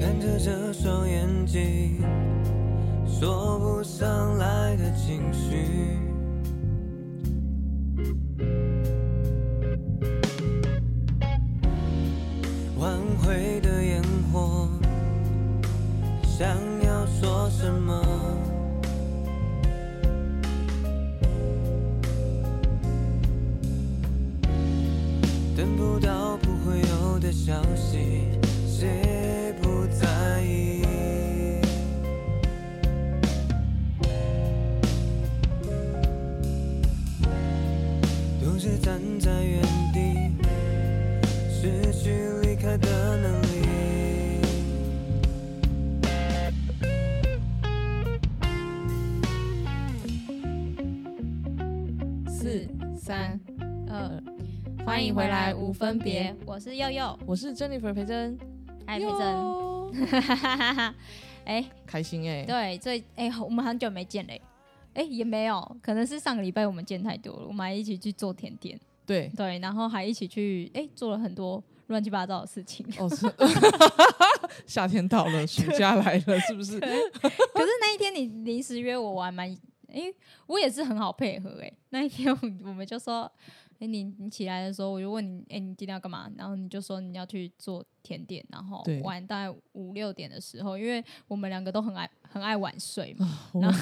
看着这双眼睛，说不上来的情绪。晚会的烟火，想要说什么？等不到不会有的消息，谁不在意？独自站在原地，失去离开的能力。四三二，呃嗯欢迎回来无分别，我是佑佑，我是 Jennifer 裴珍，嗨培珍， 珍，哎、开心哎、对，最哎、我们很久没见嘞、哎、也没有，可能是上个礼拜我们见太多了，我们还一起去做甜点， 对对，然后还一起去哎、做了很多乱七八糟的事情。哦是，夏天到了，暑假来了，是不是？可是那一天你临时约我，我还蛮哎、我也是很好配合哎、 那一天我我们就说，哎、你你起来的时候，我就问你，哎、你今天要干嘛？然后你就说你要去做甜点，然后对晚大概五六点的时候，因为我们两个都很爱很爱晚睡 嘛。啊我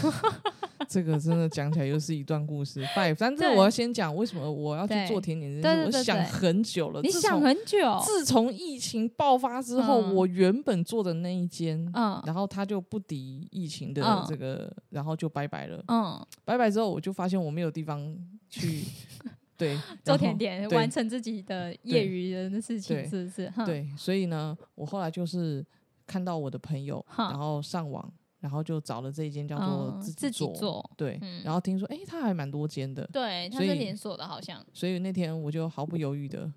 这个真的讲起来又是一段故事。Five，但是对我要先讲为什么我要去对做甜点这件事，对对对我想很久了。你哦自想从很久，自从疫情爆发之后，嗯我原本做的那一间，嗯然后它就不敌疫情的嗯这个，然后就拜拜了。嗯，拜拜之后，我就发现我没有地方 去对做然后甜点，对完成自己的业余人的事情，对是不是？哼，对，所以呢，我后来就是看到我的朋友，哈然后上网，然后就找了这一间叫嗯做自己做，做，对，嗯然后听说诶，它还蛮多间的，对，它所是以连锁的，好像所以那天我就毫不犹豫的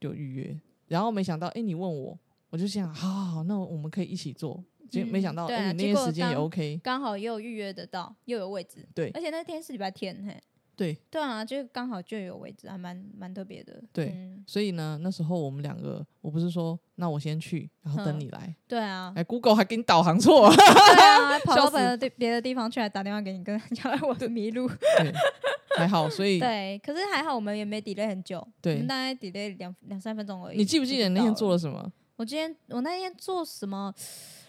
就预约，然后没想到诶，你问我，我就想好好好，那我们可以一起做，结果没嗯想到对诶，啊你结那果些时间也当 OK，刚好又预约得到，又有位置，对而且那天是礼拜天，嘿，对，对啊，就刚好就有位置，还蛮蛮特别的，对嗯所以呢，那时候我们两个，我不是说那我先去，然后等嗯你来，对啊 哎、，g o o g l e 还给你导航错，对啊，跑笑到死别的地别的地方去，还打电话给你，跟他 讲我迷路，对，还好，所以对，可是还好我们也没 delay 很久，对我们大概 delay 两两三分钟而已。你记不记得你那天做了？了什么？我今天我那天做什么？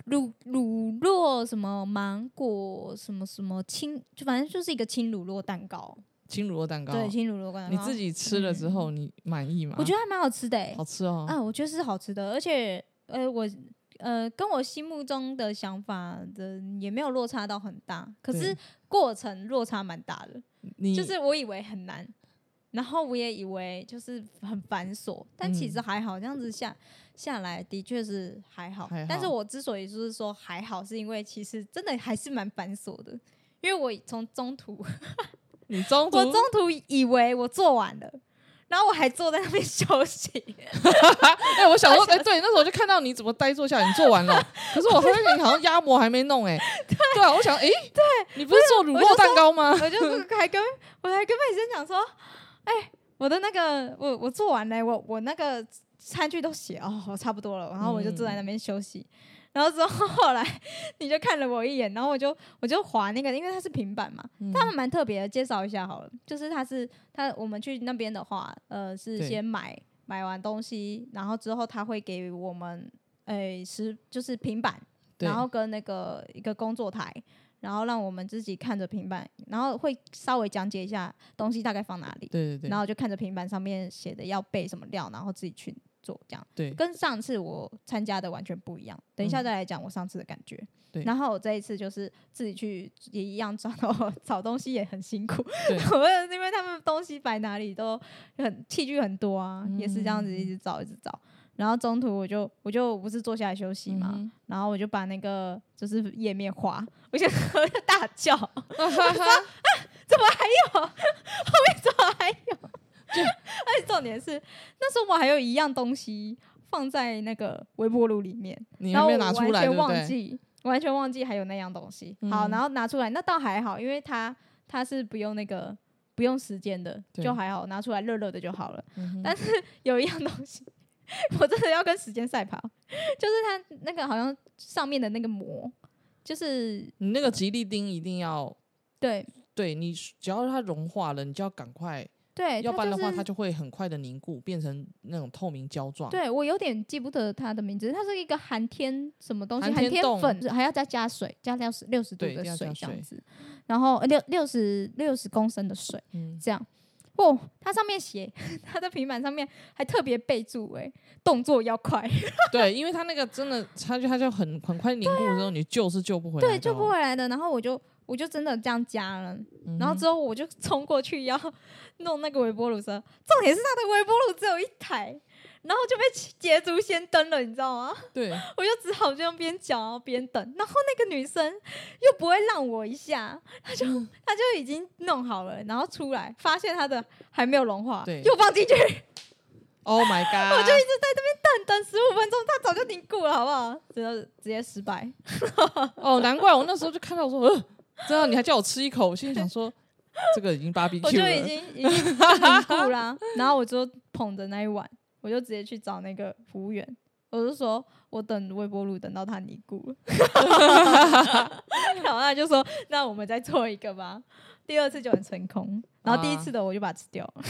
乳乳酪什么芒果什么什么青，就反正就是一个轻乳酪蛋糕，轻乳酪蛋糕，对，轻乳酪蛋哦你糕。嗯自己吃了之后，你满意吗？我觉得还蛮好吃的、欸，好吃哦。啊，我觉得是好吃的，而且呃，我呃跟我心目中的想法的也没有落差到很大，可是对过程落差蛮大的，你就是我以为很难，然后我也以为就是很繁琐，但其嗯实还好，这样子下下来的确是还好。还但是好我之所以就是说还好，是因为其实真的还是蛮繁琐的。因为我从中途， 你中途我中途以为我做完了，然后我还坐在那边 休息， 哎，我想说，哎，对，那时候我就看到你怎么呆坐下来，你做完 了，可是我发现你好像压模还没弄，哎，对啊，我想，哎，对，你不是做乳酪蛋糕吗？我就还跟我还跟佩珍讲说，哎、我的那个我我做完了，我我那个餐具都洗哦，我差不多了，然后我就坐在那嗯边休息。然后之后后来你就看了我一眼，然后我就我就划那个，因为它是平板嘛，嗯他们蛮特别的，介绍一下好了。就是它是它我们去那边的话，呃，是对先买买完东西，然后之后他会给我们诶是就是平板，对然后跟那个一个工作台，然后让我们自己看着平板，然后会稍微讲解一下东西大概放哪里，对对然对后就看着平板上面写的要备什么料，然后自己去做这样。对，跟上次我参加的完全不一样，等一下嗯再来讲我上次的感觉。对然后我这一次就是自己去也一样找到找东西也很辛苦，对 我因为他们东西摆哪里都很器具很多啊，也是这样子嗯一直找一直找。然后中途我就我就不是坐下来休息嘛，嗯然后我就把那个就是页面划，我就 我就大 叫，嗯 怎么还有？后面怎么还有？而且重点是那时候我还有一样东西放在那个微波炉里面，你然还后没我有拿出来，完对全不忘对？记，我完全忘记还有那样东西。好，嗯然后拿出来，那倒还好，因为它它是不用那个不用时间的，对就还好，拿出来热热的就好了。 嗯哼但是有一样东西，我真的要跟时间赛跑。 就是它那个好像上面的那个膜，就是你那个吉利丁一定要，对对你只要它融化了，你就要赶快，对，要不然的话它就是就会很快的凝固，变成那种透明胶状。对我有点记不得它的名字，它是一个寒天什么东西，寒寒天天冻粉，还要再加水，加六十六十度对的一定要水加这样水子，然后呃六六十六十公升的水嗯，这样。哦，它上面写，它的平板上面还特别备注、欸，动作要快， 对，因为它那个真的，它就它就很很快凝固的时候，你救是救不回来的哦。对，救不回来的。然后我就我就真的这样加了，嗯哼。然后之后我就冲过去要 弄那个微波炉车，重点是它的微波炉只有一台，然后就被捷足先登了，你知道吗？对，我就只好这样边讲然后边等，然后那个女生又不会让我一下，她就她就已经弄好了，然后出来发现她的还没有融化，对又放进去， Oh my god！ 我就一直在这边等等十五分钟，它早就凝固了，好不好？直接直接失败，哦，难怪我那时候就看到说，呃，这样你还叫我吃一口，我心里想说，这个已经 BBQ 了，我就已经已经凝固啦。然后我就捧着那一碗，我就直接去找那个服务员，我就说我等微波炉等到它凝固了， 然后他就说那我们再做一个吧。第二次就很成功，然后第一啊次的我就把它吃掉了。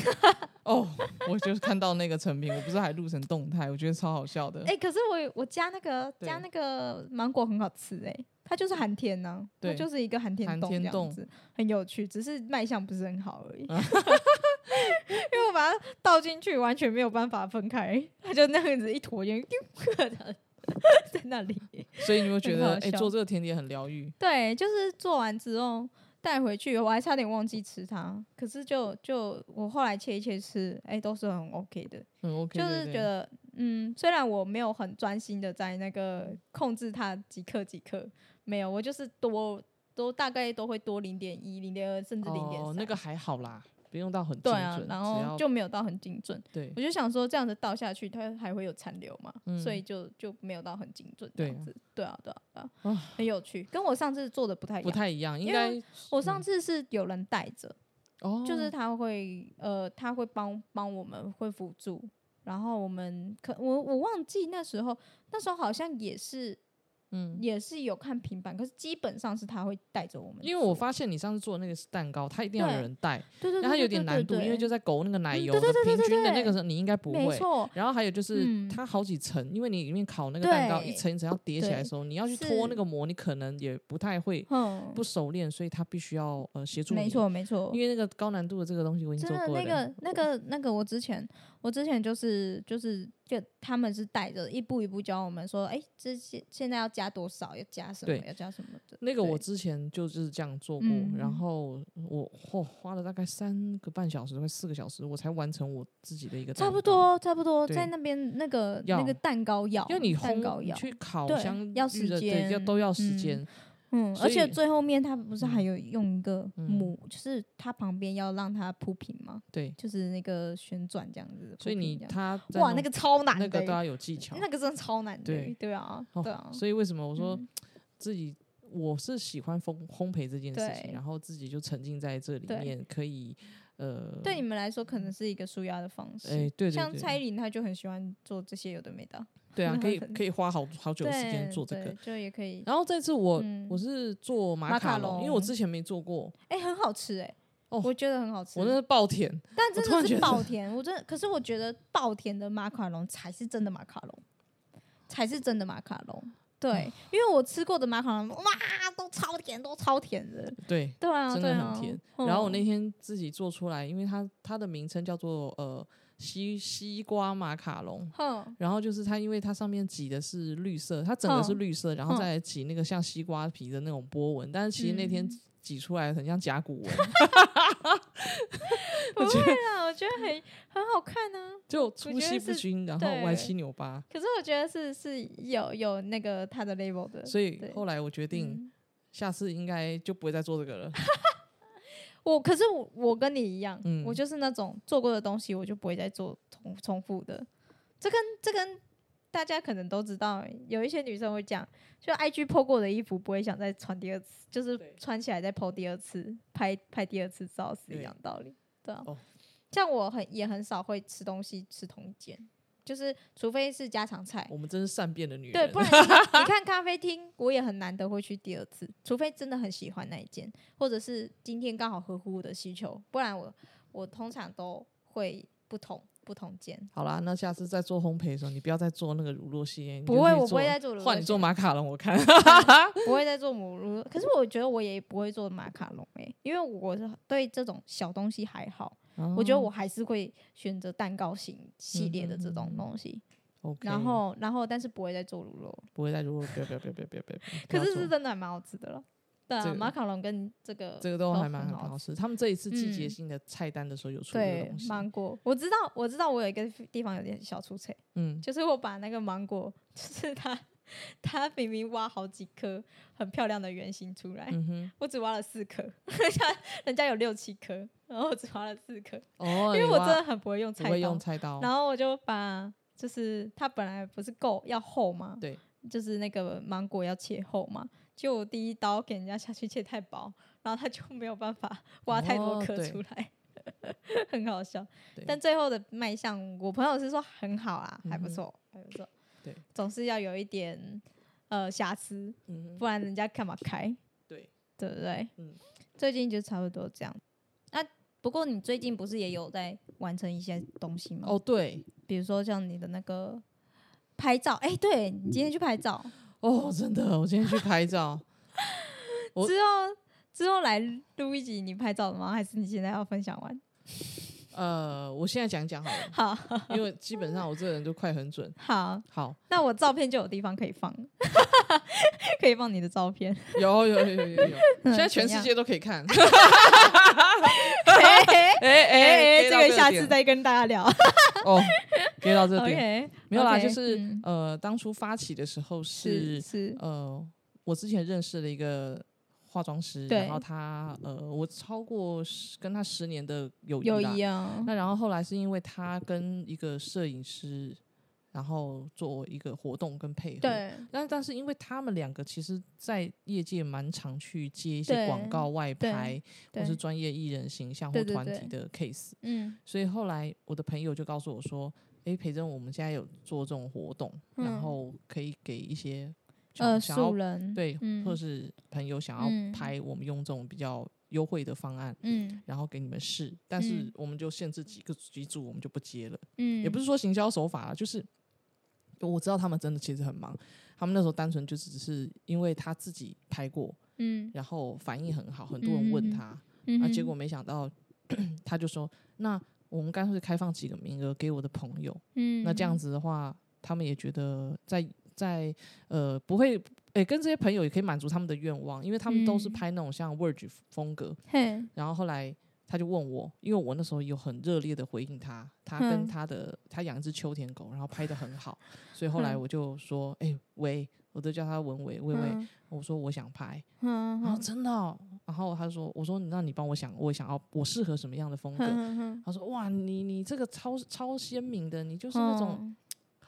哦，我就是看到那个成品，我不是还录成动态，我觉得超好笑的。哎、可是我我加那个对加那个芒果很好吃哎、它就是寒天呐、它对就是一个寒天寒冻这天样冻子，很有趣，只是卖相不是很好 而已。因 为我把它倒进去，完全没有办法分开，它就 那样子一坨烟，在那里。所以你会觉很好得，哎、笑做这个甜点很疗愈。对，就是做完之后带回去，我还差点忘记吃它，可是就就我后来切一切吃，哎、都是很 OK 的。嗯，OK，就对是对觉得，嗯，虽然我没有很专心的在那个控制它几克几克，没有，我就是多都大概都会多零点一、零点二，甚至零点哦，三。那个还好啦，不用到很对精啊准，，然只后要就没有到很精准。对我就想说，这样子倒下去，它还会有残留嘛，嗯所以就就没有到很精准这对样啊子。对啊，对啊，对啊，啊很有趣，跟我上次做的不太一不样。太一样，应因该为我上嗯次是有人带着，哦，就是他会呃，他会帮帮我们会辅助，然后我们可我我忘记那时候那时候好像也是嗯。也是有看平板，可是基本上是他会带着我们做，因为我发现你上次做的那个是蛋糕，它一定要有对人带，对对对然后它有对点对难度，对因为对就在勾那个奶嗯油对的对对对平对均的对那个时候，你应该不没会。错，然后还有就是嗯它好几层，因为你里面烤那个蛋糕对一层一层要叠起来的时候，你要去脱是那个膜，你可能也不太会嗯，不熟练，所以它必须要呃协助你。没，错没错，因为那个高难度的这个东西我已经真做的过那了。个那个那个，我之前我之前就是就是就他们是带着一步一步教我们说，哎、这些现在要加多少，要加什么，对要加什么的，那个我对之前就是这样做过，嗯然后我嚯、花了大概三个半小时，快四个小时，我才完成我自己的一个差蛋不糕。多，哦差不多，哦对在那边那个那个要蛋糕要，因为你蛋糕烘你要，去烤对箱要预时热对，要间都要时嗯间。嗯，所而且以最后面它不是还有用一个嗯母，就是它旁边要让它铺平嘛，对，就是那个旋转这样子，所以铺平你这样它在哇，弄那个超难那的个欸，都要有技巧。那个真的超难的欸，对对啊，哦对啊，所以为什么我说嗯自己我是喜欢烘烘焙这件事对情，然后自己就沉浸在这里对面，可以呃，对你们来说可能是一个舒压的方式。哎、对对像蔡依对，林，她就很喜欢做这些有的没的，对啊，可以很可以花好好久对的时间做这对个。就也可以，然后这次我、嗯我是做马马卡卡龙，因为我龙之前没做过，哎，很好吃哎，哦我觉得很好吃。我那是爆甜，但真突然的觉是得爆甜，我真的，可是我觉得爆甜的马卡龙才是真的马卡龙，才是真的马卡龙。对，因为我吃过的马卡龙，哇，都超甜，都超甜的。对，对啊，真对的啊很甜。然后我那嗯天自己做出来，因为它它的名称叫做呃西西瓜马卡龙。哼，然后就是它，因为它上面挤的是绿色，它整个是嗯绿色，然后嗯再来挤那个像西瓜皮的那种波纹，但是其实那天嗯挤出来很像甲骨 文，不我觉会啦，我觉得很很好看啊。就粗觉得细是不均，然后歪对七扭八。可是我觉得是是有有那个它的 label 的，所以对后来我决定，嗯下次应该就不会再做这个 了。我可是我我跟你一样，嗯我就是那种做过的东西，我就不会再做重重复的。这跟这跟大家可能都知道，有一些女生会讲，就 IG PO 过的衣服不会想再穿第二次，就是对穿起来再 PO 第二次，拍拍第二次照是一对样道理，对啊。哦像我很也很少会吃东西吃同一件，就是除非是家常菜，我们真是善变的女人。对，不然你看你看咖啡厅，我也很难得会去第二次，除非真的很喜欢那一间，或者是今天刚好合乎我的需求，不然我我通常都会不同不 同间。 好啦，那下次再做烘焙的时候，你不要再做那个乳酪系列，你不就会去我不会做再做乳酪换你系做列马卡龙，我 看。 不会再做母乳，可是我觉得我也不会做马卡龙诶、欸因为我是对这种小东西还好，我哦觉得我还是会选择蛋糕嗯型系列的这种东西，哦 OK，然后然后但是不会再做乳酪，不会再乳酪，不要不要不要不要不要不要。不可要是做是真的还蛮好吃的了。对这啊，个马卡龙跟这个这个都还蛮很好好吃。他们这一次季节嗯性的菜单的时候有出这个对东，西，芒果，我知道，我知道，我有一个地方有点小出彩，嗯，就是我把那个芒果，就是它，它明明挖好几颗很漂亮的圆形出来，嗯哼，我只挖了四颗， 人家人家有六七颗，然后我只挖了四颗，因哦，为你我挖真的很不会用不菜刀，会用菜刀，然后我就把就是它本来不是够要厚吗？对，就是那个芒果要切厚嘛，就我第一刀给人家下去切太薄，然后他就没有办 法挖太多哦颗对出来， 很好笑对。但最后的卖相，我朋友是说很好啊，还不嗯哼错，还不错。对， 总是要有一点呃瑕疵，嗯不哼，然人家干嘛开？对，对不对？嗯最近就差不多这样。那、不过你最近不是也有在完成一些东西吗？哦对，比如说像你的那个拍照，哎、对你今天去拍照哦 真的，我今天去拍照，我之后，之后来录一集你拍照的吗？还是你现在要分享完？呃，我现在讲讲好了，好因为基本上我这个人就快很准。好，好，那我照片就有地方可以放， 可以放你的照片。有有有有有有，现在全怎世样界都可以看。哎 哎哎哎这个下次再跟大家 聊。哦，接到这点 OK，没有啦， OK，就是嗯呃，当初发起的时候是是是，呃，我之前认识了一个化妆师，对然后他呃，我超过十跟他十年的友谊友啦谊啊，那然后后来是因为他跟一个摄影师，然后做一个活动跟配合。。对但但是因为他们两个其实，在业界蛮常去接一些对广告外对拍，或对是专业艺人形象或对对团对体的 case，嗯所以后来我的朋友就告诉我说：“诶，培珍，我们现在有做这种活动，然嗯后可以给一些想呃想要素人对，嗯或是朋友想嗯要拍，我们用这种比较优惠的方案，嗯然后给你们试。但是嗯我们就限制几个几组，我们就不接了。嗯，也不是是说行销手法啊，就是我知道他们真的其实很忙，他们那时候单纯就是只是因为他自己拍过，嗯然后反应很好，很多人问嗯嗯嗯他，嗯啊，哼，结果没想到 他就说：“那我们干脆开放几个名额给我的朋友。嗯那这样子的话，他们也觉得在在呃不会。诶、跟这些朋友也可以满足他们的愿望，因为他们都是嗯拍那种像 Verge 风格。嘿然后后来他就问我，因为我那时候有很热烈的回应他，他嗯跟他的他养一只秋田狗，然后拍的很好，所以后来嗯我就说：“诶，喂，我都叫他文伟，喂喂，嗯我说我想拍。”嗯然后哼真的哦、然后他说，我说那你帮我想，我想要我适合什么样的风格？哼哼他说哇，你你这个超超鲜明的，你就是哦那种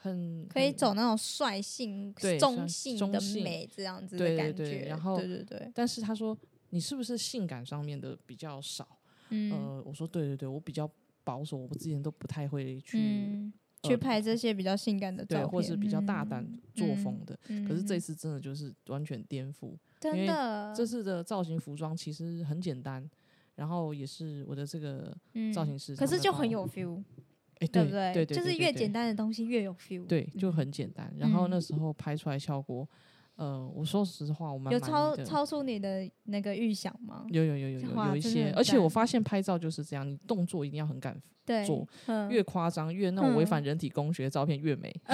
很可以很走那种率性、对中算性中的性美这样子对对的感对觉。然后对对对，但是他说你是不是性感上面的比较少？嗯呃，我说对对对，我比较保守，我之前都不太会去、嗯，去呃拍这些比较性感的照对，片，或是比较大胆作风的。嗯。可是这嗯呃次真的就是完全颠覆，因真为的，这次的造型服装其实很简单，然后也是我的这个造嗯型师他可们是就帮很我有 feel，哎，对哦对不对对？就是越简。单的东西越有 feel。对，就嗯很简单。然后那嗯时候拍出来效果，呃，我说实话，我蛮有满超意的超出你的那个预想吗？有有有有有哇有一真的些，很而且我赞发现拍照就是这样，你动作一定要很敢，对做，嗯越夸张越那种违嗯反人体工学的照片越美。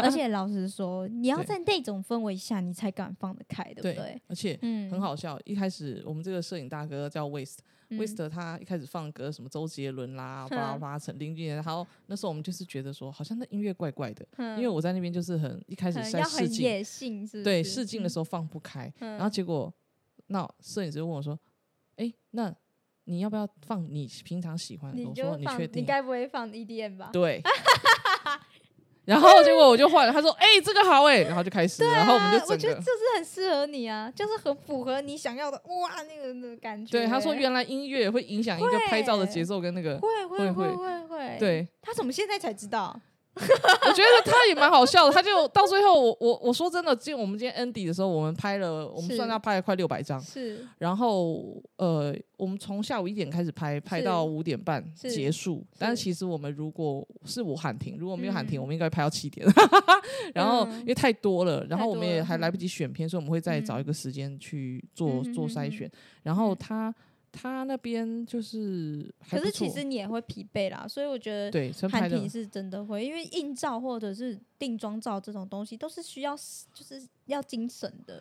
而且老实说，你要对在那种氛围下，你才敢放得开，对不对对？，而且嗯，很好笑。一开始我们这个摄影大哥叫 West，嗯。 West 他一开始放歌什么周杰伦啦、巴拉嗯巴拉、陈林俊，然后那时候我们就是觉得说，好像那音乐怪怪的，因为嗯我在那边就是很一开始可是能在要试很镜，野性，是不对是试镜的时候放不开，嗯然后结果那摄影师问我说：“哎、那你要不要放你平常喜欢的你歌？”我就说：“会你放，确你定？”该不会放 EDM 吧？ 对。 然后结果我就换了，他说：“哎、这个好哎、然后就开始了，然后我们啊就我整觉得个这是很适合你啊，就是很符合你想要的哇那个那个感觉。对他说，原来音乐会影响一个拍照的节奏跟那个会会会会会会，对他怎么现在才知道？我觉得他也蛮好笑的，他就到最后，我我我说真的，今我们今天 Andy 的时候，我们拍了，我们是算他拍了快六百张，是然后呃，我们从下午一点开始拍，拍到五点半是结束。但是是其实我们如果是我喊停，如果没有喊停，嗯我们应该拍到七点。 然后嗯因为太多了，然太后我多们也了还来嗯不及选片，所以我们会再找一个时间去做嗯做嗯嗯筛嗯选。然后嗯他他那边就是还可不是其错实你也会疲惫啦，所以我觉得对，所以拍喊的停是真的会，因为硬照或者是定妆照这种东西都是需要就是要精神的，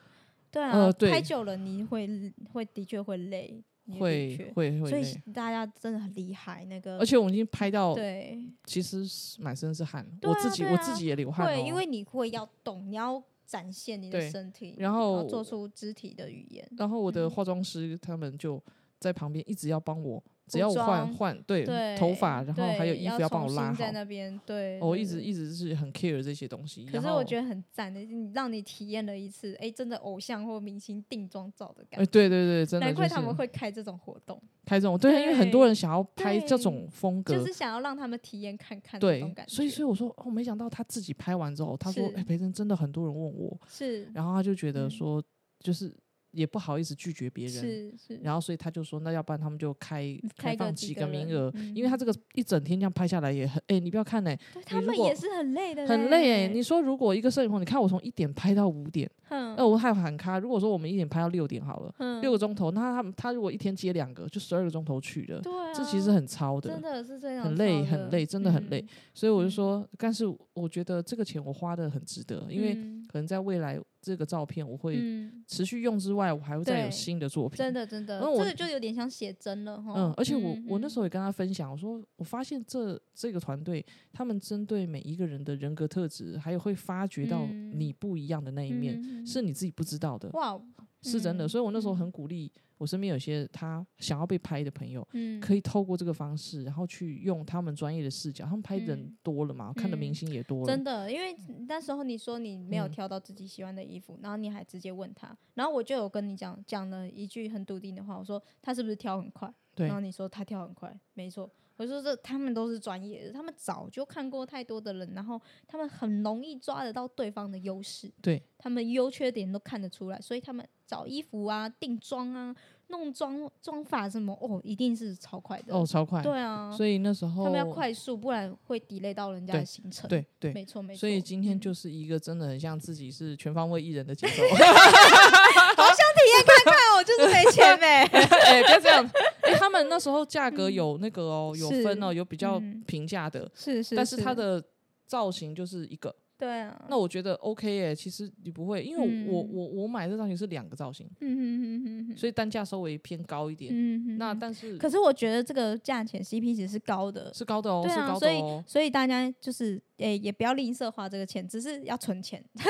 对啊，呃对拍久了你会会的确会累，你的会确会会所累，以大家真的很厉害，那个而且我们已经拍到，对其实是满身是汗，对我啊自己对我啊自己也流汗会，哦，因为你会要动，你要展现你对的身体，然后后做出肢体的语言，然后我的嗯化妆师他们就在旁边一直要帮我，只补要我换妆换对对头发，然后还有对衣服要帮我重拉新好在，那边对，哦我对一直对一直是很 care 这些东西。可然是后我觉得很赞的，你让你体验了一次，哎、真的偶像或明星定妆照的感哎，觉，对对对，真的难怪就他们是会开这种活动，拍这种，对，因为很多人想要拍这对种风格就，是想要让他们体验看看这种对感，觉。所以所以我说，哦，没想到他自己拍完之后，他说，是哎，培真真的很多人问我，是然后他就觉得嗯说，就是也不好意思拒绝别人，是是，然后所以他就说，那要不然他们就开嗯开开个放几几个个名人嗯额，因为他这个一整天这样拍下来也很，哎、你不要看呢、对他如们果也是很累的嘞，很累哎、你说如果一个摄影棚，你看我从一点拍到五点，嗯那、我还有喊咖，如果说我们一点拍到六点好了，嗯哦六个钟头，那他们他如果一天接两个，就十二个钟头去了，对、啊，这其实很超的真。的是这样，很累很累真的很累嗯，所以我就嗯说，但是我觉得这个钱我花的很值得，因为嗯可能在未来这个照片我会嗯，持续用之外，我还会再有对新的作品。真的真的，然后我这个就有点像写真了哈。嗯，而且我、我那哦嗯时候也跟他分享，我说我发现这这个团队，他们针对每一个人的人格特质，还有会发掘到嗯你不一样的那一嗯面，嗯嗯是你自己不知道的，哇，是真的。嗯所以我那时候很鼓励我身边有些他想要被拍的朋友，嗯，可以透过这个方式，然后去用他们专业的视角，他们拍的人嗯多了嘛，看的明嗯星也多了，真的，因为那时候你说你没有嗯挑到自己喜欢的衣服，然后你还直接问他，然后我就有跟你讲讲了一句很笃定的话，我说他是不是挑很快？对然后你说他挑很快，没错。我说这他们都是专业的，他们早就看过太多的人，然后他们很容易抓得到对方的优势，对，他们优缺点都看得出来，所以他们找衣服啊、定妆啊、弄妆妆发什么，哦，一定是超快的。哦，超快。对啊，所以那时候他们要快速，不然会 delay 到人家对的行程。对对，没错没错。所以今天嗯就是一个真的很像自己是全方位艺人的节 奏。 看我就是没 钱呗、哎、不要这样。哎、他们那时候价格有那个哦，有嗯是分哦，有比较嗯平价的，是是但是它的造型就是一个。对啊，那我觉得 OK 耶、其实你不会，因为我、嗯我我买这造型是两个造型，嗯嗯嗯嗯嗯所以单价稍微偏高一点。嗯嗯那但是可是我觉得这个价钱 CP 值是高的，是高的哦，对是啊，高所的以哦。所以大家就是诶、也不要吝啬花这个钱，只是要存钱，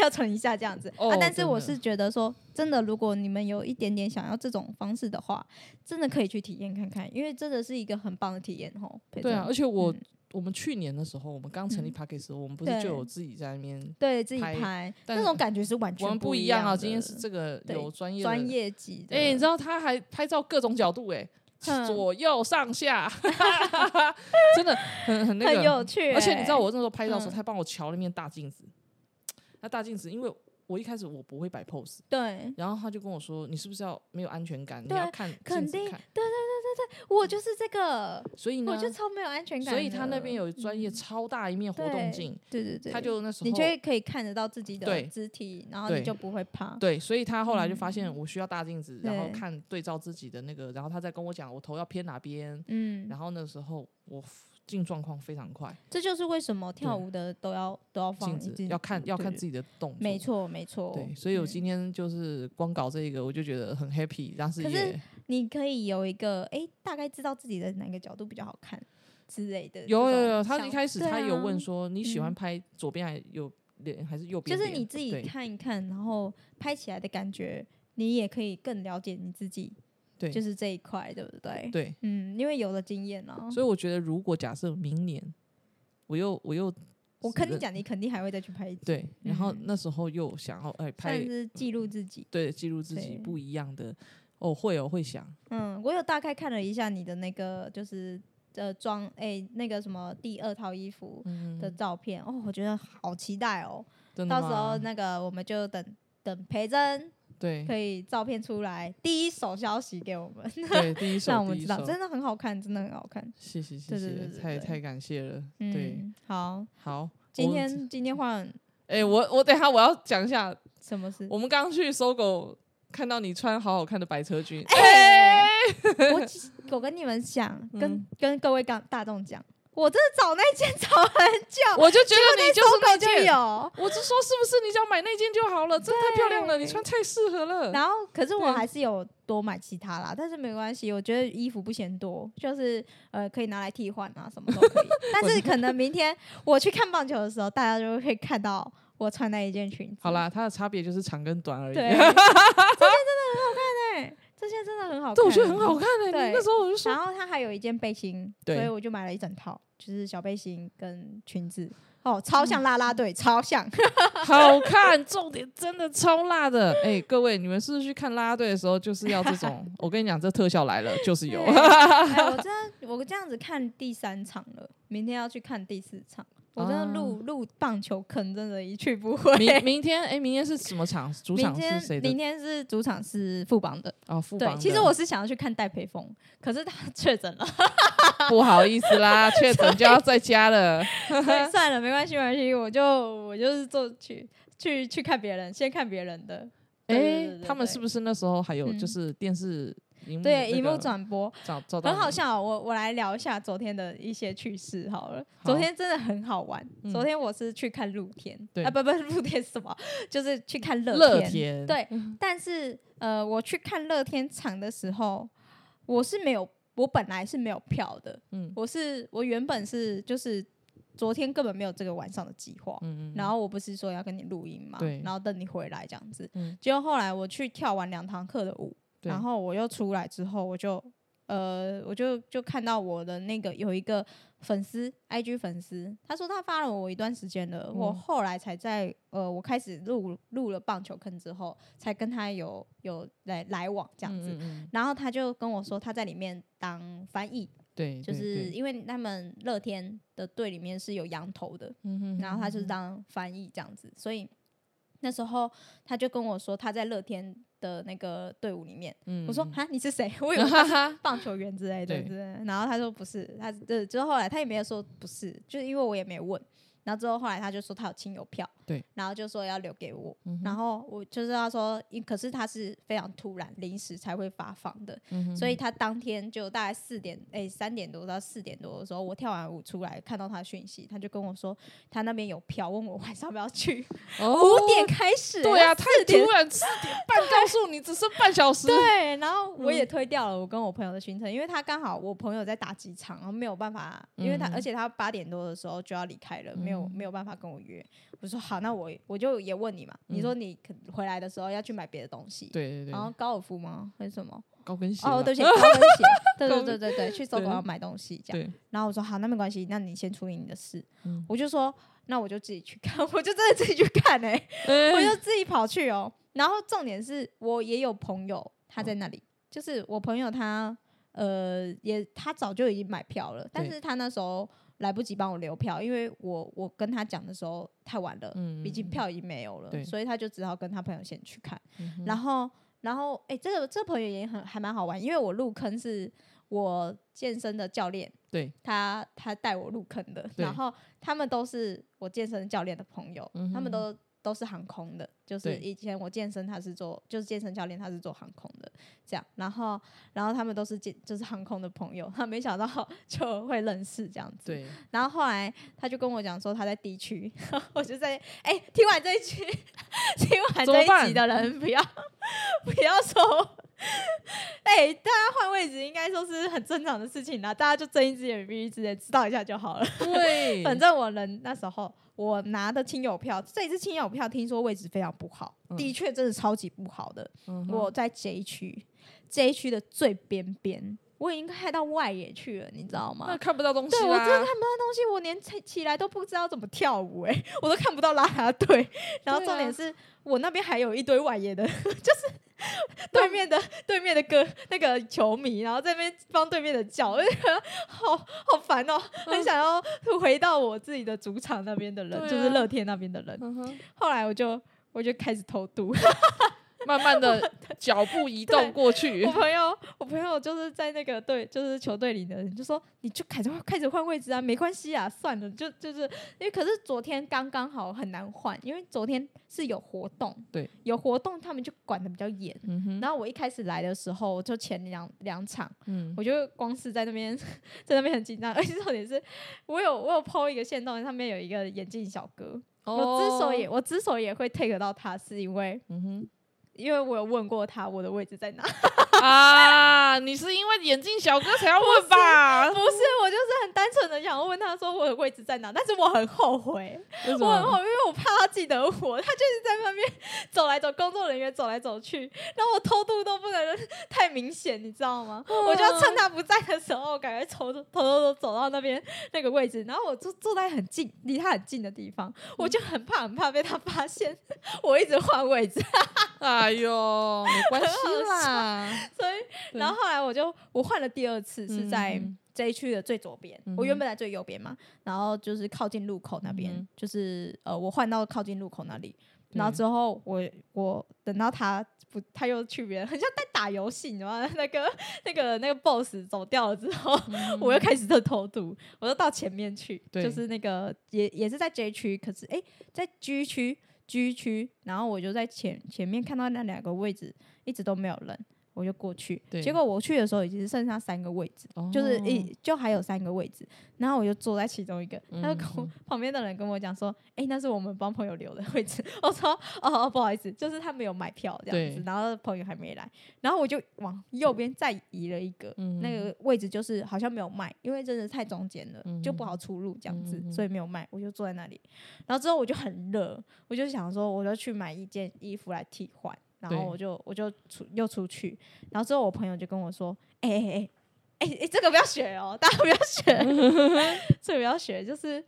要存一下这样子、哦啊。但是真我的是觉得说，真的，如果你们有一点点想要这种方式的话，真的可以去体验看看，因为真的是一个很棒的体验吼。佩对啊，珍而且我、嗯我们去年的时候，我们刚成立嗯 p a c k a g e 的时候，我们不是就对有自己在那边，对自己拍拍但那种感觉是完我全们不一一样啊。的今天是这个对有专业的专业级的，哎、你知道他还拍照各种角度、欸，哼左右上 下，真的很很那很个。有趣、而且你知道欸我那时候拍照的时候，嗯他还帮我瞧了一面大镜子。那大镜子，因为我一开始我不会摆 pose，对。然后他就跟我说：“你是不是要没有安全感？你对啊要看镜肯子定看。我就是这个，”所以呢我，就超没有安全嗯感的。啊嗯所以他那边有专业超大一面活动镜，对对对，他就那时候你就会可以看得到自己的对肢体，然后你对就不会怕。对，所以他后来就发现我需要大镜子，然后嗯对看对照自己的那个，然后他再跟我讲我头要偏哪边，嗯，然后那时候我进状况非常快，这就是为什么跳对舞的都要都要放镜子要看要看自己。己的动作，没。错没错，对，所以我嗯今天就是光搞这个，我就觉得很 happy，但是可是也你可以有一个哎，诶大概知道自己的哪个角度比较好看之类的这有种想。有有，他一开始对他有啊问说你喜欢嗯拍左边还有脸还是右就边是脸？你自己对看一看，然后拍起来的感觉，你也可以更了解你自己，对就是这一块，对不对？对，嗯，因为有了经验啊了。所以我觉得如果假设明年我又我又我跟你呃讲，你肯定还会再去拍一次，对，然后嗯那时候又想要哎算拍是记录自己。对记录自己对不一样的，哦会哦会想嗯，我有大概看了一下你的那个，就是呃装哎、那个什么第二套衣服嗯的照片、哦，我觉得好期待哦。真的到时吗候那个我们就等等培真对可以照片出来，第一手消息给我们， 对第一手， 让我们第一知道手真的很好看，真的很好看。谢谢谢对对对谢，对太对太感谢了。嗯，对，好，好，今我天今天换哎，我我等一下我要讲一下，什么事？我们刚刚去搜狗看到你穿好好看的白车裙，哎、我我跟你们讲，跟、嗯跟各位大大众讲，我真的找那件 找很久，我就觉得你那就是那就件。有。我就说是不是你只要买那件就好了？真的太漂亮了，你对穿太适合了。然后，可是我对还是有多买其他啦，但是没关系，我觉得衣服不嫌多，就是呃可以拿来替换啊，什么都 可以。但是可能明天我去看棒球的时候，大家就会看到我穿那一件裙子。好，啦，它的差别就是长跟短而已。 对，这件真的很好看哎、这件真的很好看，对，我觉得很好。看诶、对你那时候我就说，然后它还有一件背心，所对以我就买了一整套，就是小背心跟裙子。嗯哦，超像啦啦队，超像。好看，重点真的超辣的。哎、各位，你们是不是去看啦啦队的时候就是要这种？ 我跟你讲，这特效来了就是 有。哎，我真的我这样子看第三场了，明天要去看第四场。我真的入入棒球坑，真的一去不 回。哦明明天哎、明天是什么场？主明场是天谁的明？天是主场是富邦的，哦，副对榜。。其实我是想要去看戴培峰，可是他 确诊 了，不好意思 啦，确诊就要在家了。所以算了，没关系，没关系，我就我就是做去去去看别人，先看别人的。哎、对对对对他们对是不是那时候还有嗯就是电视荧幕、对，那荧幕个转播，找找到很好你笑哦、我我来聊一下昨天的一些趣事好了。好昨天真的很好玩。嗯昨天我是去看露天，对啊，不不，露天是什么？ 就是去看乐乐天。天嗯对，但是呃，我去看乐天场的时候，我是没有，我本来是没有票的。嗯我是我原本是就是昨天根本没有这个晚上的计划。嗯嗯，然后我不是说要跟你录音嘛对，然后等你回来这样子。嗯结果后来我去跳完两堂课的舞，对然后我又出来之后，我就呃，我就就看到我的那个有一个粉丝，IG 粉丝，他说他发了我一段时间了，我嗯后来才在呃，我开始录录了棒球坑之后，才跟他有有来来往这这样子。嗯嗯嗯然后他就跟我说，他在里面当翻译，对，就对是对因为他们乐天的队里面是有羊头的，嗯哼然后他就是当翻译这样子，所以那时候他就跟我说他在乐天的那个队伍里面，嗯我说嗯哈你是谁？我以为他是棒球员之类 的，对之类的然后他说不是，他对，之后后来他也没有说不是，就是因为我也没问，然后之后后来他就说他有亲友票，对，然后就说要留给我，嗯哼然后我就是他说，因可是他是非常突然临时才会发放的，嗯哼所以他当天就大概四点，哎、三点多到四点多的时候，我跳完舞出来，看到他的讯息，他就跟我说他那边有票，问我晚上要不要去，哦五、点开始、对啊，太4点突然，四点半告诉你只剩半 小时，对，然后我嗯也推掉了我跟我朋友的行程，因为他刚好我朋友在打机场，然后没有办法，因为他、嗯而且他八点多的时候就要离开了，没有没有办法跟我约。我说好，那我我就也问你嘛，你说你可回来的时候要去买别的东西，嗯对对对，然后高尔夫吗？还是什么？高跟鞋哦，啦对不起，高跟 鞋，对高对对对对，去搜狗要买东西这样。对，然后我说好，那没关系，那你先处理你的事。嗯我就说那我就自己去看， 我就真的自己去看哎、我哎就自己跑去哦。然后重点是我也有朋友他在那里，就是我朋友他呃也他早就已经买票了，但对是他那时候来不及帮我留票，因为我我跟他讲的时候太晚了，嗯毕竟票已经没有了，对所以他就只好跟他朋友先去看。嗯哼然后然后哎、这个这个朋友也很还蛮好玩，因为我入坑是我健身的教练。对，他他带我入坑的，对然后他们都是我健身教练的朋友，嗯哼他们都都是航空的，就是对以前我健身他是做，就是健身教练他是做航空的，这样，然后然后他们都是健就是航空的朋友，他没想到 就会认识这样子，对，然后后来他就跟我讲说他在 D 区， 我就在哎、听完这一句， 听完怎么这一集办的人不要 不要说，哎、大家换位置应该说是很正常的事情啦，大家就睁一只眼闭一只眼，知道一下就好了。对， 反正我人那时候我拿的亲友票，这一次亲友票听说位置非常不好，嗯的确真的超级不好的。嗯哼我在 J 区，J 区的最边边，我已经害到外野去了，你知道吗那？看不到东西啊对我真的看啦不。到东西，我连起起来都不知道怎么跳舞、欸， 我都看不到啦啦队。然后对重点啊是、我那边还有一堆外野的， 就是对面的对面的歌那个球迷，然后在那边帮对面的叫， 我就觉得好好烦哦、嗯很想要回到我自己的主场那边的人，对就是啊乐天那边的人。嗯哼，后来我就我就开始偷渡，慢慢 的脚步移动过 去我，朋友，我朋友就是在那个队，就是球队里的人，就说你就开始开始换位置啊，没关系啊，算了，就就是因为可是昨天刚刚好很难换，因为昨天是有活动，对，有活动他们就管的比较严。嗯哼，然后我一开始来的时候，就前两两场，嗯，我就光是在那边 在那边很紧张，而且重点是我有我有 PO 一个线动，上面有一个眼镜小哥，我之所以哦，我之所以也会 take 到他，是因为嗯因为我有问过他我的位置在哪。哼，啊，你是因为眼镜小哥才要问吧？不是，我就是很单纯的想要问他说我的位置在哪，但是我很后悔，为什我很后么悔，因为我怕他记得我，他就是在那边 走来走，工作人员走来走去，然后我偷渡都不能太明显，你知道吗？我就要趁他不在的时候，我赶快偷偷偷偷走到那边那个位置，然后我就坐在很近，离他很近的地方，嗯我就很怕很怕被他发现， 我一直换位置，哎呦，没关系 啦，所以对然后后来我就我换了第二次，是在嗯嗯 J 区的最左边。嗯哼我原本在最右边嘛，然后就是靠近路口那边，嗯哼就是呃，我换到靠近路口那里。对然后之后我我等到他不，他又去别人，很像在打游戏，你知道吗？ 那个那个那个 boss 走掉了之后， 嗯我又开始在偷渡，我又到前面去，对就是那个也也是在 J 区，可是诶，在 G 区 G 区，然后我就在前前面看到那两个位置一直都没有人，我就过去，对结果我去的时候已经剩下三个位置，哦就是一就还有三个位置，然后我就坐在其中一个，他就跟我、嗯旁边的人跟我讲说，诶，那是我们帮朋友留的位置， 我说哦哦不好意思，就是他没有买票这样子对，然后朋友还没来，然后我就往右边再移了一个，嗯那个位置就是好像没有卖，因为真的太中间了，嗯就不好出入这样子，嗯嗯嗯所以没有卖，我就坐在那里。然后之后我就很热，我就想说，我就去买一件衣服来替换。然后对我就我就出又出去，然后之后我朋友就跟我说：“哎哎哎哎哎，这个不要学哦，大家不要 学，这个不要学，就是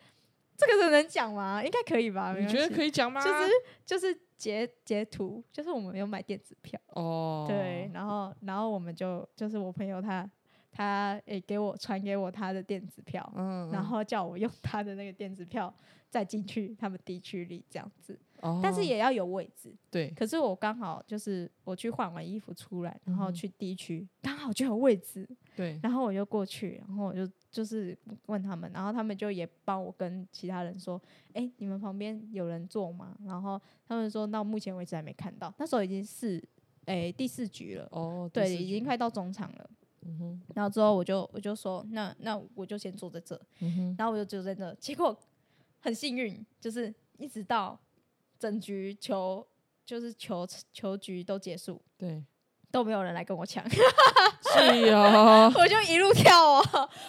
这个能能讲吗？应该可以吧？你觉得可以？以讲吗？就是就是截截图，就是我们有买电子票。”哦，对，，然后然后我们就就是我朋友他他诶、给我传给我他的电子票，嗯，然后叫我用 他的那个电子票再进去他们地区里这样子，哦，但是也要有位置。对，可是我刚好就是我去换完衣服出来，然后嗯去地区刚好就有位置，对，然后我就过去，然后我就就是问他们，然后他们就也帮我跟其他人说，哎、你们旁边有人坐吗？然后他们说到目前为止还没看到，那时候已经是诶、第四局了。哦，第对，四已局经，快到中场了。嗯哼，然后之后我就我就说，那那我就先坐在这，嗯哼，然后我就坐在这。结果很幸运，就是一直到整局球就是球球局都结束，对，都没有人来跟我抢， 是呀，我就一路跳哦，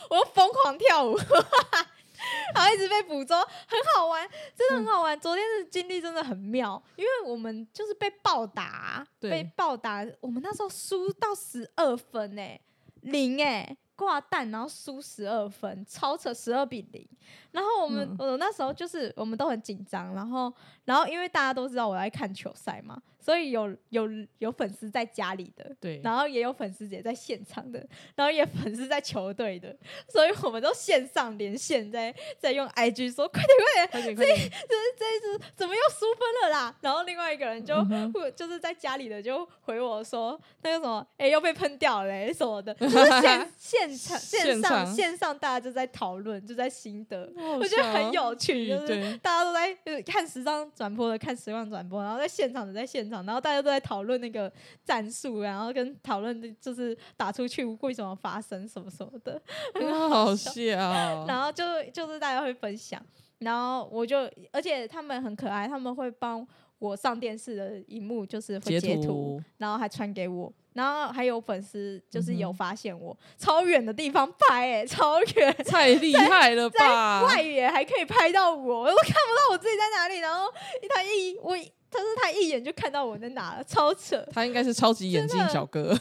我就疯狂跳舞。 然后一直被捕捉，很好玩，真的很好玩。昨天的经历真的很妙，因为我们就是被暴打，啊对被暴打。我们那时候输到十二分哎、零哎、挂蛋，然后输十二分，超扯，十二比零。然后我们、嗯我那时候就是我们都很紧张，然后然后因为大家都知道我在看球赛嘛，所以有有有粉丝在家里的，对，然后也有粉丝也在现场的，然后也有粉丝在球队的，所以我们都线上连线在在用 IG 说快点快快点点，快点，这一支怎么又输分了啦？然后另外一个人就、嗯哼会就是在家里的就回我说那个什么，哎、又被喷掉了、欸、什么的，就是 现现场线现上场线上大家就在讨论，就在心得。我我觉得很有趣，嗯就是对大家都在就是看时尚转播的看时尚转播，然后在现场的在现场，然后大家都在讨论那个战术，啊然后跟讨论就是打出去为什么发生什么什么的，很好笑，然后就就是大家会分享，然后我就而且他们很可爱，他们会帮我上电视的荧幕就是会截图，图，然后还传给我。然后还有粉丝就是有嗯哼发现我、超远的地方拍、欸，超远， 太厉害了吧？ 外野还可以拍到我，我都看不到我自己在哪里。然后他一我一但是他一眼就看到我在哪了，超扯。他应该是超级眼镜小哥，嗯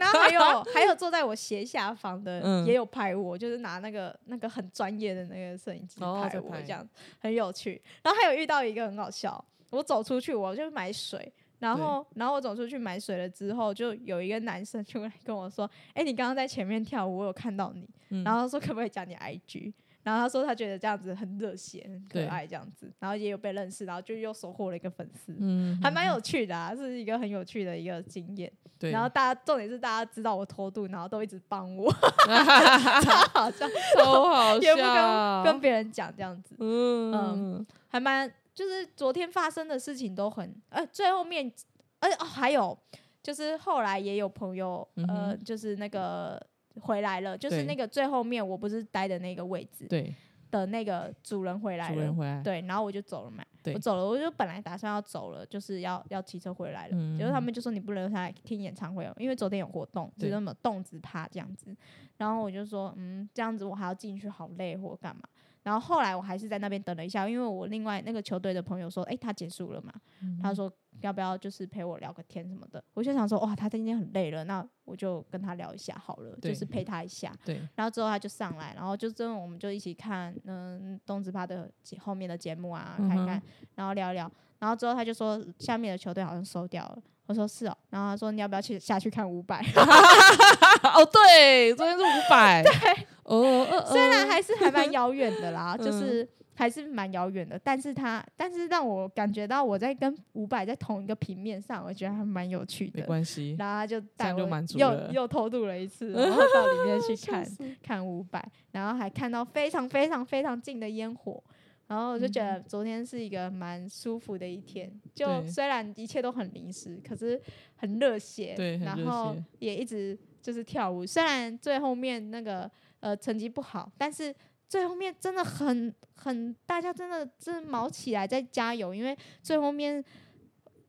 然后 还有还有坐在我斜下方的、嗯也有拍我，就是拿那个那个很专业的那个摄影机哦拍在我，拍这样、很有趣。然后还有遇到一个很好笑，我走出去我就买水，然后然后我走出去买水了之后，就有一个男生就来跟我说：“哎、你刚刚在前面跳舞，我有看到你。嗯然后说可不可以加你 IG？然后他说他觉得这样子很热血、很可对爱这样子，然后也有被认识，然后就又收获了一个粉丝，嗯，还蛮有趣的啊，是一个很有趣的一个经验。对， 然后大家重点是大家知道我偷渡，然后都一直帮我， 好像啊超好 也不跟笑，跟别人讲这样子，嗯嗯还蛮就是昨天发生的事情都很呃，最后面而且哦还有就是后来也有朋友呃、嗯哼就是那个回来了，就是对那个最后面我不是待的那个位置对，的那个主人回来主人了，回来，对，然后我就走了嘛，对我走了，我就本来打算要走了，就是要要骑车回来了，嗯结果他们就说你不能留下来听演唱会哦，因为昨天有活动，就对是那么动子趴这样子，然后我就说嗯，这样子我还要进去，好累或干嘛。然后后来我还是在那边等了一下，因为我另外那个球队的朋友说，诶，他结束了嘛，嗯他说要不要就是陪我聊个天什么的，我就想说哇，他今天很累了，那我就跟他聊一下好了，就对是陪他一下。对，然后之后他就上来，然后就真的我们就一起看，嗯，东子趴的节后面的节目啊，看一看，嗯然后聊一聊。然后之后他就说下面的球队好像收掉了，我说是哦，然后他说你要不要去下去看 五百？ 呃哦对，昨天是五百，哦哦，哦 虽然还是还 蛮遥远的啦，嗯就是还是蛮遥远的，但是他但是让我感觉到我在跟五百在同一个平面上，我觉得还蛮有趣没的。关系，然后他就带样就我满足又了又偷渡了一 次，然后到里面去看看五百，然后还看到非常非常非常近的烟火，然后我就觉得昨天是一个蛮舒服的一天。就嗯对虽然一切都很临时，可是很热血，对很然热后血也一直就是跳舞。虽然最后面那个呃成绩不好，但是最后面真的很很大家真的真的毛起来在加油，因为最后面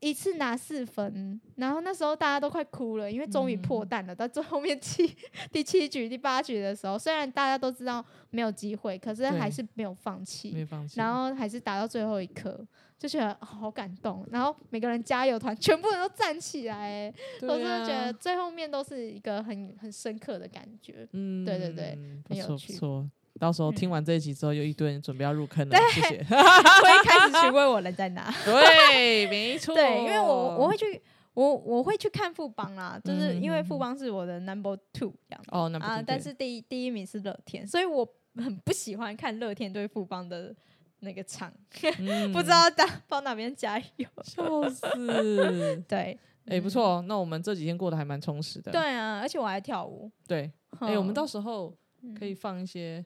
一次拿四分，然后那时候大家都快哭了，因为终于破嗯蛋了。到最后面七第七局、第八局的时候，虽然大家都知道没有机会，可是对还是没有放弃。没放弃，然后还是打到最后一刻，就觉得、哦好感动。然后每个人加油团， 全部人都站起来、欸，对我真的觉啊得最后面都是一个很很深刻的感 觉。嗯，对对对，不很有错不趣错。到时候嗯听完这一集之后，有一堆人准备要入坑了，谢谢。 会开始询问我人在哪？对，没错。 对，因为我 我会去，我我会去看富邦啦，就是因嗯为嗯嗯富邦是我的 number two 这样子哦，那不啊，对但是第一第一名是乐天，所以我很不喜欢看乐天对富邦的那个场，嗯不知道大帮哪边加 油。。笑死对 哎，不错哦，那我们这几天过得还蛮充实的。对啊，而且我还跳舞。嗯对，哎，我们哼到时候可以嗯放一些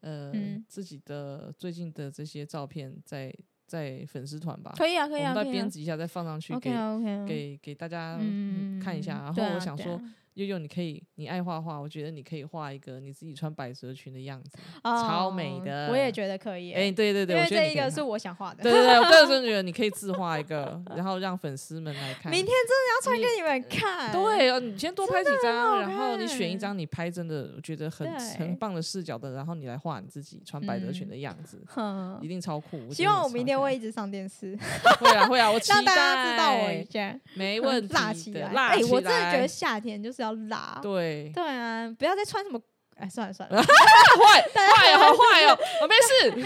呃嗯自己的最近的这些照片在在粉丝团吧，可以啊，可我以啊，们再可以啊编辑一下，再放上去给 OK 啊 OK 啊，给给大家嗯嗯看一下。然对后我啊想对说啊，悠悠，你可以，你爱画画，我觉得你可以画一个你自己穿百褶裙的样子。哦超美的我也觉得可以欸。哎，对对因对，我为觉得这你可一以个画是我想画的，对对对，我个人真的觉得你可以自画一个，然后让粉丝们来看。 明天真的要穿给你们看。对，呃你先多拍几张，好然后你选一看张你拍真的我觉得很对很棒的视角的，然后你来画你自己穿百褶裙的样子，哼，一定超酷。觉嗯希得望你我超明天可会爱一直上电视，会啊会啊， 我期让待大家知道我一下。没问题辣起的，来！哎辣起来。我真的觉得夏天就是要辣。 对，对啊，不要再穿什么。哎，算了算 了，坏 大家坏哦，好坏哦，我没 事。对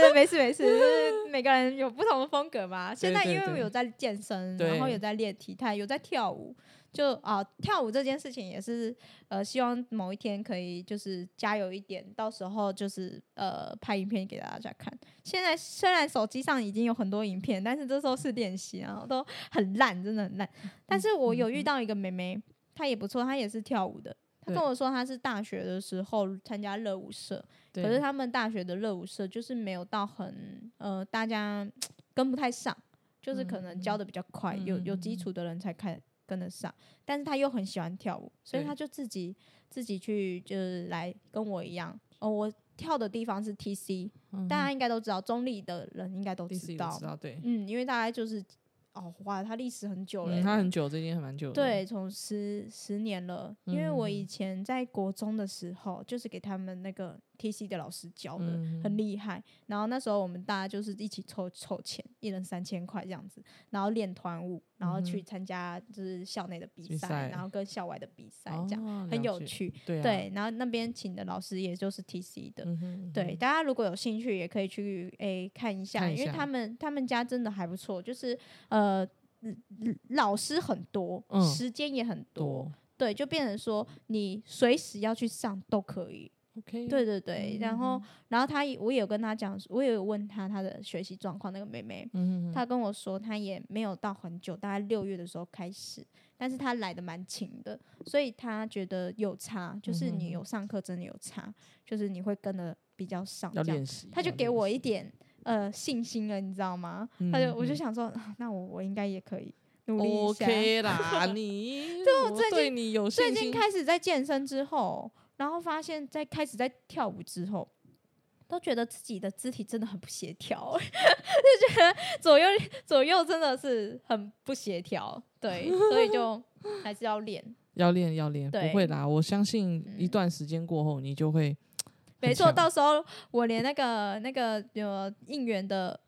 对，没事没事，就是每个人有不同的风格嘛。现在对因为对我有在健身，对然后有在练体态，有在跳舞，就啊、跳舞这件事情也是呃，希望某一天可以就是加油一点，到时候就是呃拍影片给大家看。现在虽然手机上已经有很多影片，但是这都是练习，然后都很烂，真的很烂。嗯但是我有遇到一个妹妹，她也不错，她也是跳舞的。她对跟我说，她是大学的时候参加热舞社，可是对他们大学的热舞社就是没有到很呃，大家跟不太上，就是可能嗯教的比较快，有有基础的人才看跟得上。但是他又很喜欢跳舞，所以对他就自己自己去就是来跟我一样哦，我跳的地方是 T C，、大家应该都知道，中立的人应该都嗯第四知集我道知，道，对，嗯，因为大概就是哦，哇，它历史很久了耶、嗯，他很久，最近还蛮久的。对，从十十年了，因为我以嗯前在国中的时候，就是给他们那个 TC 的老师教的，嗯很厉害。然后那时候我们大家就是一起凑凑钱，一人三千块这样子，然后练团舞，然后去参加就是校内的比嗯比赛，赛然后跟校外的比赛这样，样很有，趣。对啊，对，然后那边请的老师也就是 TC 的，嗯哼，对，大家如果有兴趣，也可以去诶、看一下，看一因为下他们他们家真的还不错，就是呃嗯嗯老师很多，嗯时间也很多，多对，就变成说你随时要去上都可以。 OK，对对对，然嗯后然后他也我也有跟他讲，我也有问他他的学习状况，那个妹妹。嗯哼，她跟我说，她也没有到很久，大概六月的时候开始，但是她来的蛮勤的，所以她觉得有差，就是嗯哼你哼有上课真的有差，就是你会跟的比较上要这样练习，他就要给练我习一点呃信心了，你知道吗？他就我就嗯想说，啊那我我应该也可以努力一下。 OK 啦，你对我最对你有最信近心，开始在健身之后，然后发现在开始在跳舞之后。都觉得自己的肢体真的很不协调， 就觉得左右左右真的是很不协调，对，所以就还是要 练。要练要练，对不会啦，我相信一嗯段时间过后，你就会很没错，强到时候我连那个那个有应援的，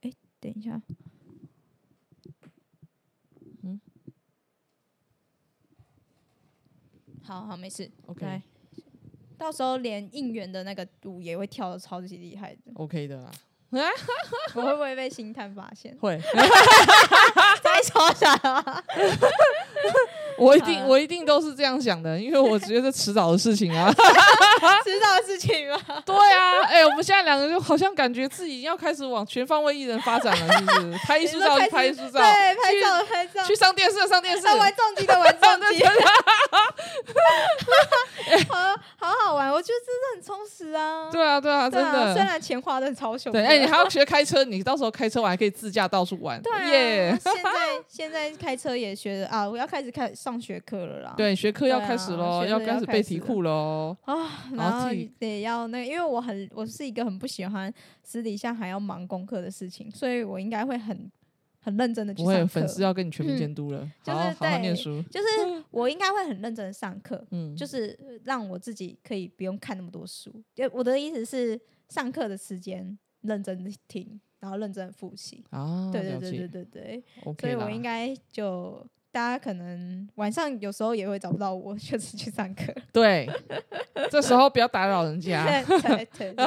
哎、等一下，嗯，好好没事，对 OK，，到时候连应援的那个舞也会跳的超级厉害的 OK 的啦，？啊我会不会被星探发现 会，再说下啊，我一好啊定啦我一定都是这样想的，因为我觉得迟早的事情 啊， 知道的事 情吗？对啊，哎、我们现在两个就好像感觉自己要开始往全方位艺人发展了，是不是？拍艺术照就拍艺术照对，，啊拍去照的拍照，去上电视的上电视，在玩重击的玩重 击真， 好好好玩，我觉得真的很充实啊。对啊对啊，对真啊，虽的。然钱花的超凶的，对，哎、你还要学开车，你到时候开车我还可以自驾到处玩，对啊耶、现在现在开车也学了啊，我要开始开上学课了啦。对，学科要对开始啊喽，学要科要开始开背始题了库喽。啊，然然后后自己得要那个，因为我很我是一个很不喜欢私底下还要忙功课的事情，所以我应该会很很认真的去不会，上课粉，丝嗯要跟你全面嗯监督了，就好是好好念对书。就是我应该会很认真的上课，嗯，就是让我自己可以不用看那么多书。就我的意思是，上课的时间认真地听，然后认真地复习。啊，对对了对解对对对。所 OK 以啦我应该就大家可能晚上有时候也会找不到我， 就是去上课。对， 这时候不要打扰人家， 对对对，对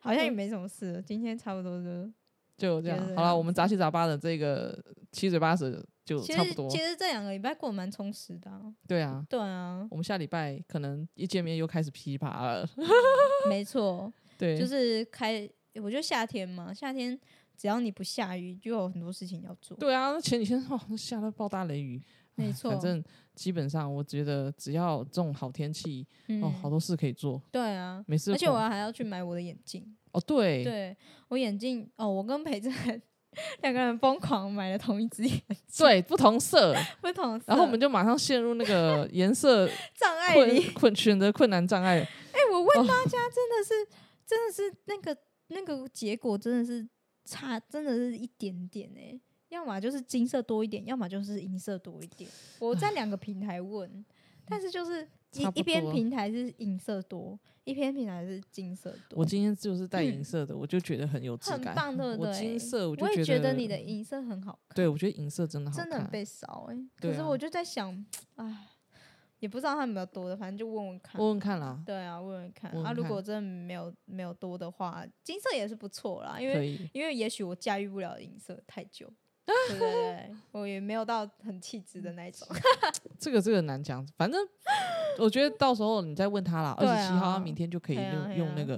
好像也没什么事了，今天差不多就。就这觉样。得好了，我们杂七杂八的这个七嘴八舌就其差不实多其。实这两个礼拜过得蛮充实的、啊。对啊，对啊，我们下礼拜可能一见面又开始噼啪了。没错，对，就是开，我觉得夏天嘛，夏天只要你不下雨，就有很多事情要做。对啊，那前几天哦，那下了暴大雷雨。没唉错反正基本上我觉得只要这种好天气，嗯，哦，好多事可以做。对啊。每次而且我恐还要去买我的眼镜，哦，对对我眼镜哦，我跟裴正 两个人疯狂买了同一只眼对，不同色，不同色，然后我们就马上陷入那 个颜色障碍里。困困选择困难障碍。哎、我哦问大家，真的是，真的是那个那个结果，真的是差，真的是一点点哎、要么就是金色多一点，要么就是银色多一点。我在两个平台问，但是就是 一差不一边多平台是银色多，一边平台是金色我多，今天就是带银嗯色的，我就觉得很有质很感。棒，对不我对？金色，我就我也觉觉得你的银色很好看，对我觉得银色真的好看，真的很被烧哎、对可是啊我就在想，哎，也不知道他有没有多的，反正就问问看。问问看啦，对啊，问问看问啊。问如看果真的没有没有多的话，金色也是不错啦，因可为以。因为也许我驾驭不了银色太 久，对对对，我也没有到很气质的 那一种。这个这个难讲， 反正我觉得到时候你再问他啦。二对啊十七号他明天就可以嘿啊用嘿用啊那个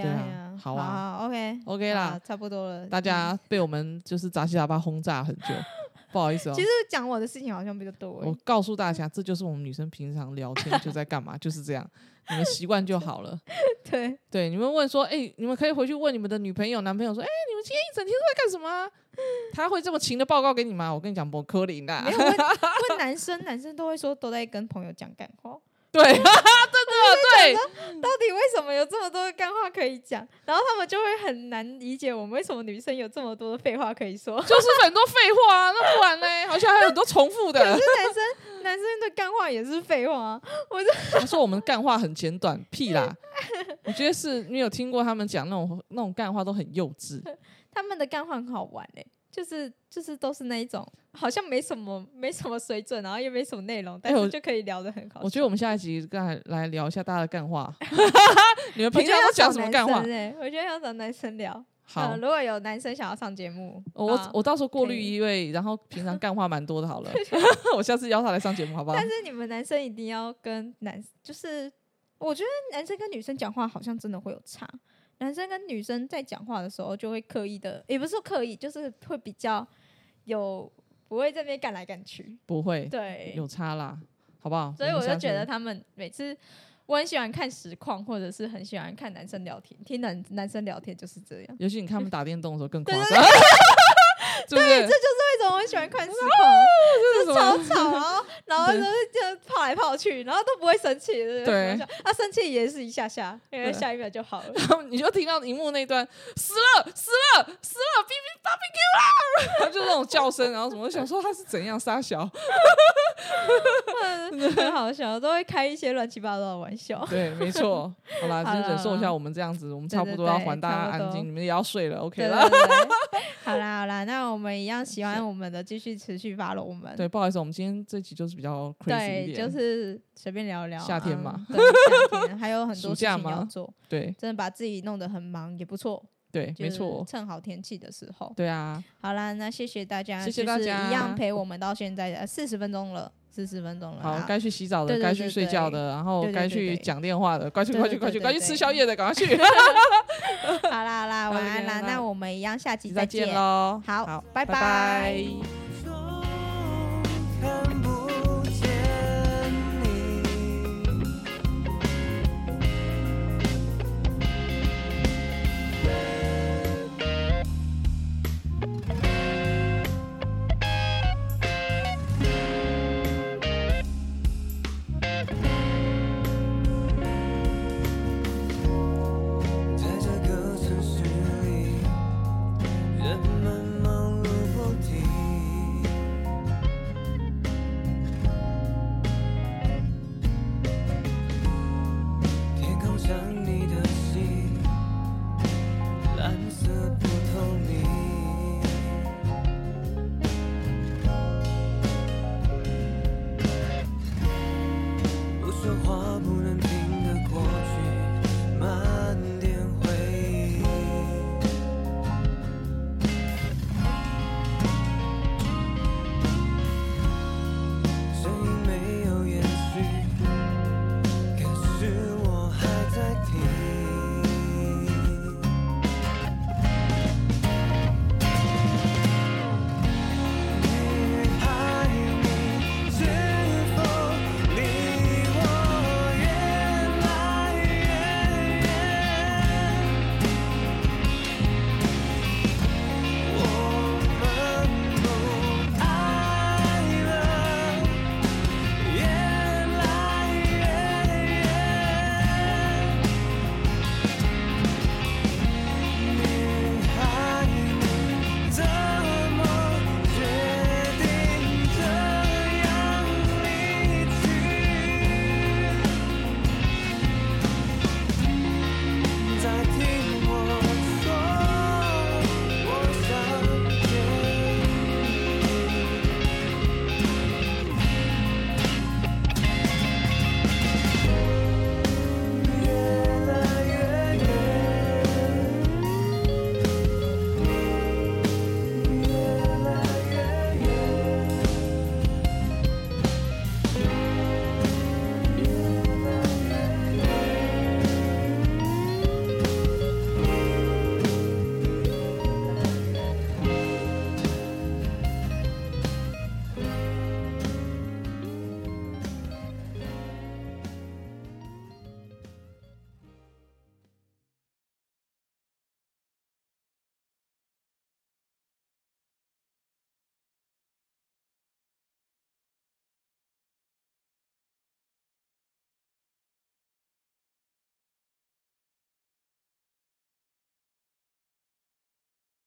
对呀啊嘿呀，好啊好，OK OK 好啦。差不多了。大嗯家被我们就是杂七杂八轰炸很久，不好意思哦 其。实讲我的事情好像比较多我欸，告诉大家，这就是我们女生平常聊天就在干嘛，就是这样，你们习惯就好了。 对，对，你们问说，哎、你们可以回去问你们的女朋友、男朋友说，哎、你们今天一整天都在干什么啊、他会这么勤的报告给你吗？我跟你讲，不可能的啊没。有问问男生，男生都会说都在跟朋友讲干话，对，真的对，到底为什么有这么多的干话可以讲？然后他们就会很难理解我们为什么女生有这么多的废话可以说。 就是很多废话啊，那不然呢？好像还有很多重复的。可是男生男男生的干话也是废话啊，他说我们干话很简短，屁 啦！我觉得是你有听过他们讲那种那种干话都很幼稚，他们的干话很好玩哎、就是就是都是那一种好像没什么没什么水准，然后又没什么内容，但哎我是就可以聊得很好笑。我觉得我们下一集再来聊一下大家的干 话，你们我平觉常得要都讲找什么男干话生？欸我觉得要找男生聊。好呃，如果有男生想要上节目，哦我啊我到时候过可滤以一位，然后平常干话蛮多的， 好了， 我下次邀他来上节目，好不好但？是你们男生一定要跟男，就是我觉得男生跟女生讲话好像真的会有差。男生跟女生在讲话的时候，就会刻意的，也不是说刻意，就是会比较有不会这边赶来赶去。不会， 对，有差啦，好不好？所以我们下就次觉得他们每次我很喜欢看实况，或者是很喜欢看男生聊天，听男男生聊天就是这样。尤其你看他们打电动的时候更夸对对张，是不是？这就是为什么我很喜欢看实况，这是什么？哦就是超吵，然后然后对都是这样跑来跑去，然后都不会生气，就是对很搞笑啊，生气也是一下下，因为对下一秒就好 了。然后 你就听到荧幕那段死了死了死了，B B B B Q 啦，然后 就那种叫声，然后什么，我想说他是怎样杀小？很好笑，都会开一些乱七八糟的玩笑。对，没错。好啦，好先啦忍好受一下啦我们这样子，我们对差对不多要对还大家差不安多静，你们也要睡了，OK 对了对。 对，好啦好啦，那我们一样喜欢我们的，继续持续 follow 我们。对，不好意思，我们今天这集就是比较 crazy 一对，点，就是随便聊聊。夏天嘛嗯，对，夏天还有很暑多事假情要吗做，对真的把自己弄得很忙也不错。对，没就是错，趁好天气的时候。对啊，好啦，那谢谢大家，谢谢就是大家一样陪我们到现在呃四十分钟了，四十分钟了好啊，。该去洗澡的，对对该对去睡觉的，然后对对该对去对讲电话的，快去对快对去快对去，对快去对吃宵夜的，赶快去， 好啦好啦，晚安啦。好那我们一样下期再见见。喽，好，拜拜拜。